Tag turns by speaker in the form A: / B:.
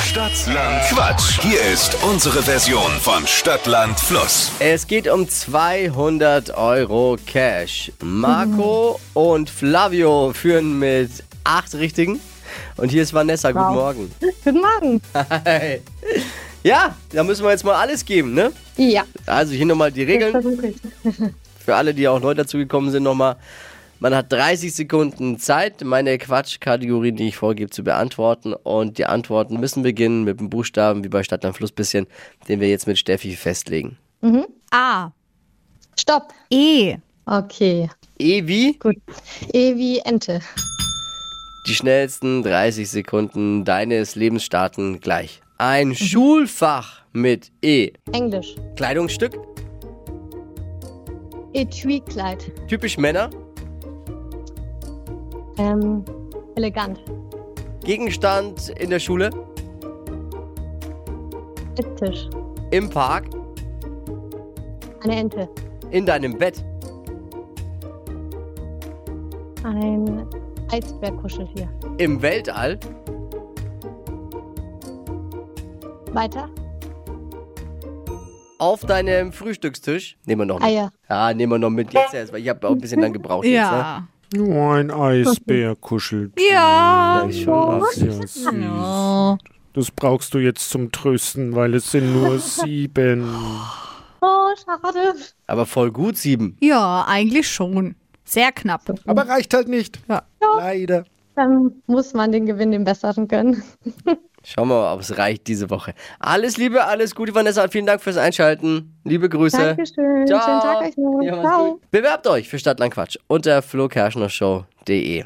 A: Stadtland Quatsch. Hier ist unsere Version von Stadtland Fluss.
B: Es geht um 200 Euro Cash. Marco und Flavio führen mit acht Richtigen. Und hier ist Vanessa. Guten Morgen.
C: Guten Morgen.
B: Hi. Ja, da müssen wir jetzt mal alles geben, ne?
C: Ja,
B: Also hier nochmal die
C: jetzt
B: Regeln.
C: versuche ich.
B: Für alle, die auch neu dazugekommen sind, nochmal. Man hat 30 Sekunden Zeit, meine Quatschkategorien, die ich vorgebe, zu beantworten. Und die Antworten müssen beginnen mit dem Buchstaben, wie bei Stadtland Fluss bisschen, den wir jetzt mit Steffi festlegen.
D: A.
C: Stopp.
D: E.
C: Okay,
B: E wie?
C: gut. E wie Ente.
B: Die schnellsten 30 Sekunden deines Lebens starten gleich. Ein Schulfach mit E.
C: Englisch.
B: Kleidungsstück,
C: E Etui-Kleid.
B: typisch Männer.
C: Ähm, elegant.
B: Gegenstand in der Schule,
C: Esstisch.
B: im Park,
C: Eine Ente.
B: in deinem Bett.
C: Ein Eisbergkuscheltier.
B: Im Weltall,
C: Weiter.
B: auf deinem Frühstückstisch. Nehmen wir noch mit.
C: Eier.
B: Ja, nehmen wir noch mit jetzt erst, weil ich habe auch ein bisschen lang gebraucht jetzt.
D: Ja.
E: Nur ein Eisbär kuschelt.
D: Ja.
B: Ne? Ich schon.
E: Ach, ja, süß. Das brauchst du jetzt zum Trösten, weil es sind nur sieben.
C: Oh, schade.
B: Aber voll gut, sieben.
D: Ja, eigentlich schon. Sehr knapp.
E: Aber reicht halt nicht.
D: Ja.
E: Leider.
C: Dann muss man den Gewinn dem Besseren gönnen.
B: Schauen wir mal, ob es reicht diese Woche. Alles Liebe, alles Gute, Vanessa. Vielen Dank fürs Einschalten. Liebe Grüße.
C: Dankeschön.
B: Ciao.
C: Schönen Tag euch noch.
B: Ja, mach's
C: Ciao.
B: gut. Bewerbt euch für Stadtland Quatsch unter flokerschnershow.de.